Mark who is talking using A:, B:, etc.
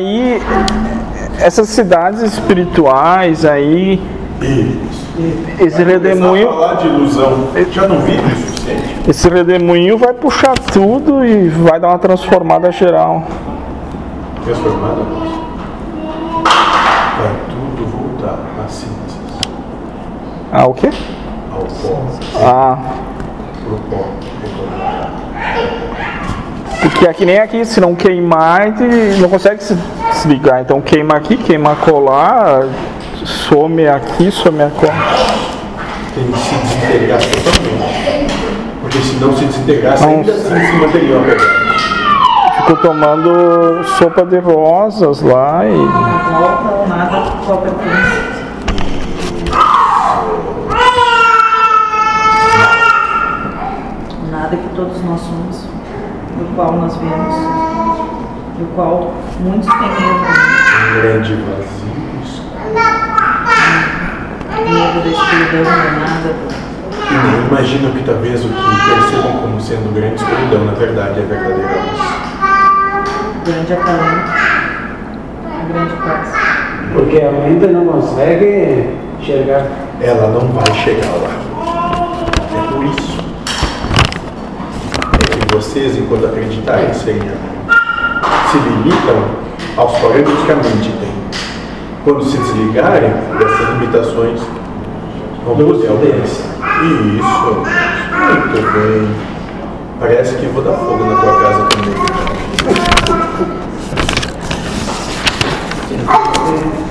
A: Aí, essas cidades espirituais aí, esse
B: Redemoinho.
A: redemoinho,
B: falar de ilusão. Já não vive o suficiente?
A: esse redemoinho vai puxar tudo e vai dar uma transformada geral.
B: Transformado Vai tudo voltar às cinzas,
A: Ah, o quê?
B: ao pó,
A: Ah,
B: pro pó. retornar.
A: porque aqui nem aqui, se não queimar, e não consegue se desligar. Então queima aqui, queima colar, some aqui, some acolá.
B: Tem que se desintegrar totalmente. Porque se não se desintegrasse, ainda
A: Não.
B: assim se manteria uma verdade.
A: Ficou tomando sopa de rosas lá e.
C: volta ou nada, qualquer coisa. Nada que todos nós somos, do qual nós viemos, do qual muitos têm medo,
B: Um grande vazio escuro
C: medo da escuridão, do nada.
B: que nem imaginam que talvez o que percebam como sendo grande escuridão, na verdade, é verdadeira luz.
C: grande acalento, a grande paz.
D: Porque a mente não consegue enxergar.
B: Ela não vai chegar lá. É por isso. É que vocês, enquanto acreditarem, Senhor, se limitam aos parâmetros que a mente tem. Quando se desligarem dessas limitações, vão poder alcançar. Isso. Muito bem. Parece que vou dar fogo na tua casa também.